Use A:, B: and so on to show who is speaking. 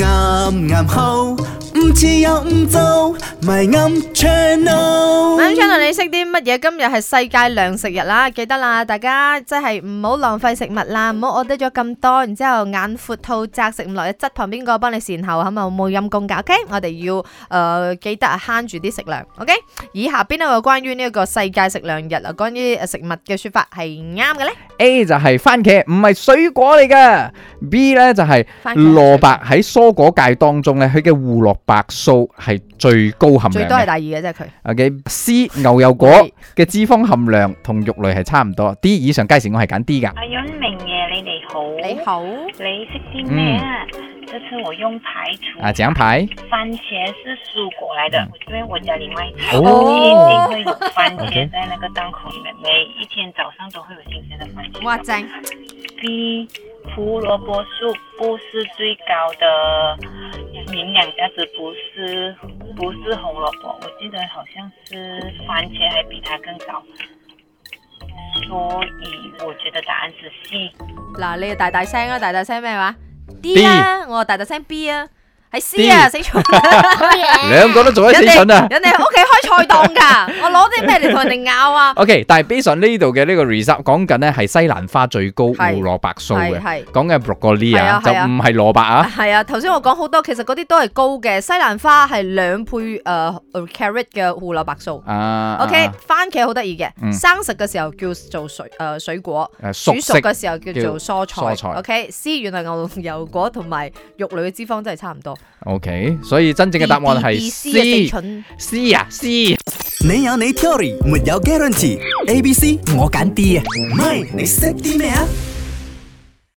A: 啱啱好，唔似又唔做，咪啱 channel。
B: 咁 channel 啊你識啲乜嘢？今日係世界糧食日啦，記得啦，大家即係唔好浪費食物啦，唔好 order 咗咁多，然之後眼闊肚窄食唔落，側旁邊個幫你善後，係咪冇陰公㗎？OK，我哋要誒、呃、記得慳住啲食糧。OK，以下邊一個關於呢一個世界食糧日啊，關於食物嘅説法係啱嘅咧？
C: A 就係番茄，唔係水果嚟嘅。B 咧就係
B: 番茄
C: 蘿蔔喺蔬果界當中咧，佢嘅胡蘿蔔素係最高含
B: 最
C: 量
B: 多係
C: 嘅。
B: 第二嘅啫，佢
C: OK。C 牛油果嘅脂肪含量同肉類係差唔多。D 以上皆是，我係揀 D 噶。
D: 阿允明爺，你哋好，
B: 你好，
D: 你識啲咩啊？
C: 嗯
D: 这次我用排除
C: 啊，獎牌
D: 番茄是蔬果來的，因為我家裡賣
C: 嗯
D: 菜，
C: 哦
D: 一定會有番
C: OK
D: 茄在那個檔口裡面，每一天早上都會有新鮮的番茄。
B: 哇正，
D: B 胡蘿蔔素不是最高的嗯營養價值，不是不是紅蘿蔔，我記得好像是番茄還比它更高，所以我覺得答案是 C。
B: 嗱你大大聲啊，大大聲咩話
C: D
B: ？D 啊，我大大聲 B 啊，係 C 啊，死蠢。
C: 兩個都做得死蠢啊！
B: 人哋喺屋企開菜檔 㗎，我攞啲咩嚟同人哋拗啊？
C: OK，但係 based on 呢度嘅呢個 result 講緊咧係西蘭花最高胡
B: 係
C: 蘿蔔素嘅
B: 係，係
C: 講嘅 broccoli
B: 係
C: 啊
B: 啊，
C: 就
B: 係啊
C: 唔係蘿蔔啊。
B: 係啊，頭先我講好多，其實嗰啲都係高嘅。西蘭花係兩倍誒、呃 carrot 嘅胡蘿蔔素。
C: 啊
B: OK，
C: 啊
B: 番茄好得意嘅，
C: 嗯
B: 生食嘅時候叫做水誒、呃水果，煮
C: 啊熟
B: 熟
C: 食
B: 嘅時候叫做蔬菜。
C: 蔬菜
B: OK，C 原來牛油果同埋肉類嘅脂肪真係差唔多。
C: OK，所以真正嘅答案
B: B-
C: 係
B: B- C 嘅
C: C
B: 死。蠢。
C: C 啊 C。
A: 你有你 theory，沒有 guarantee。A、B、C 我揀 D 啊，唔係你識啲咩啊？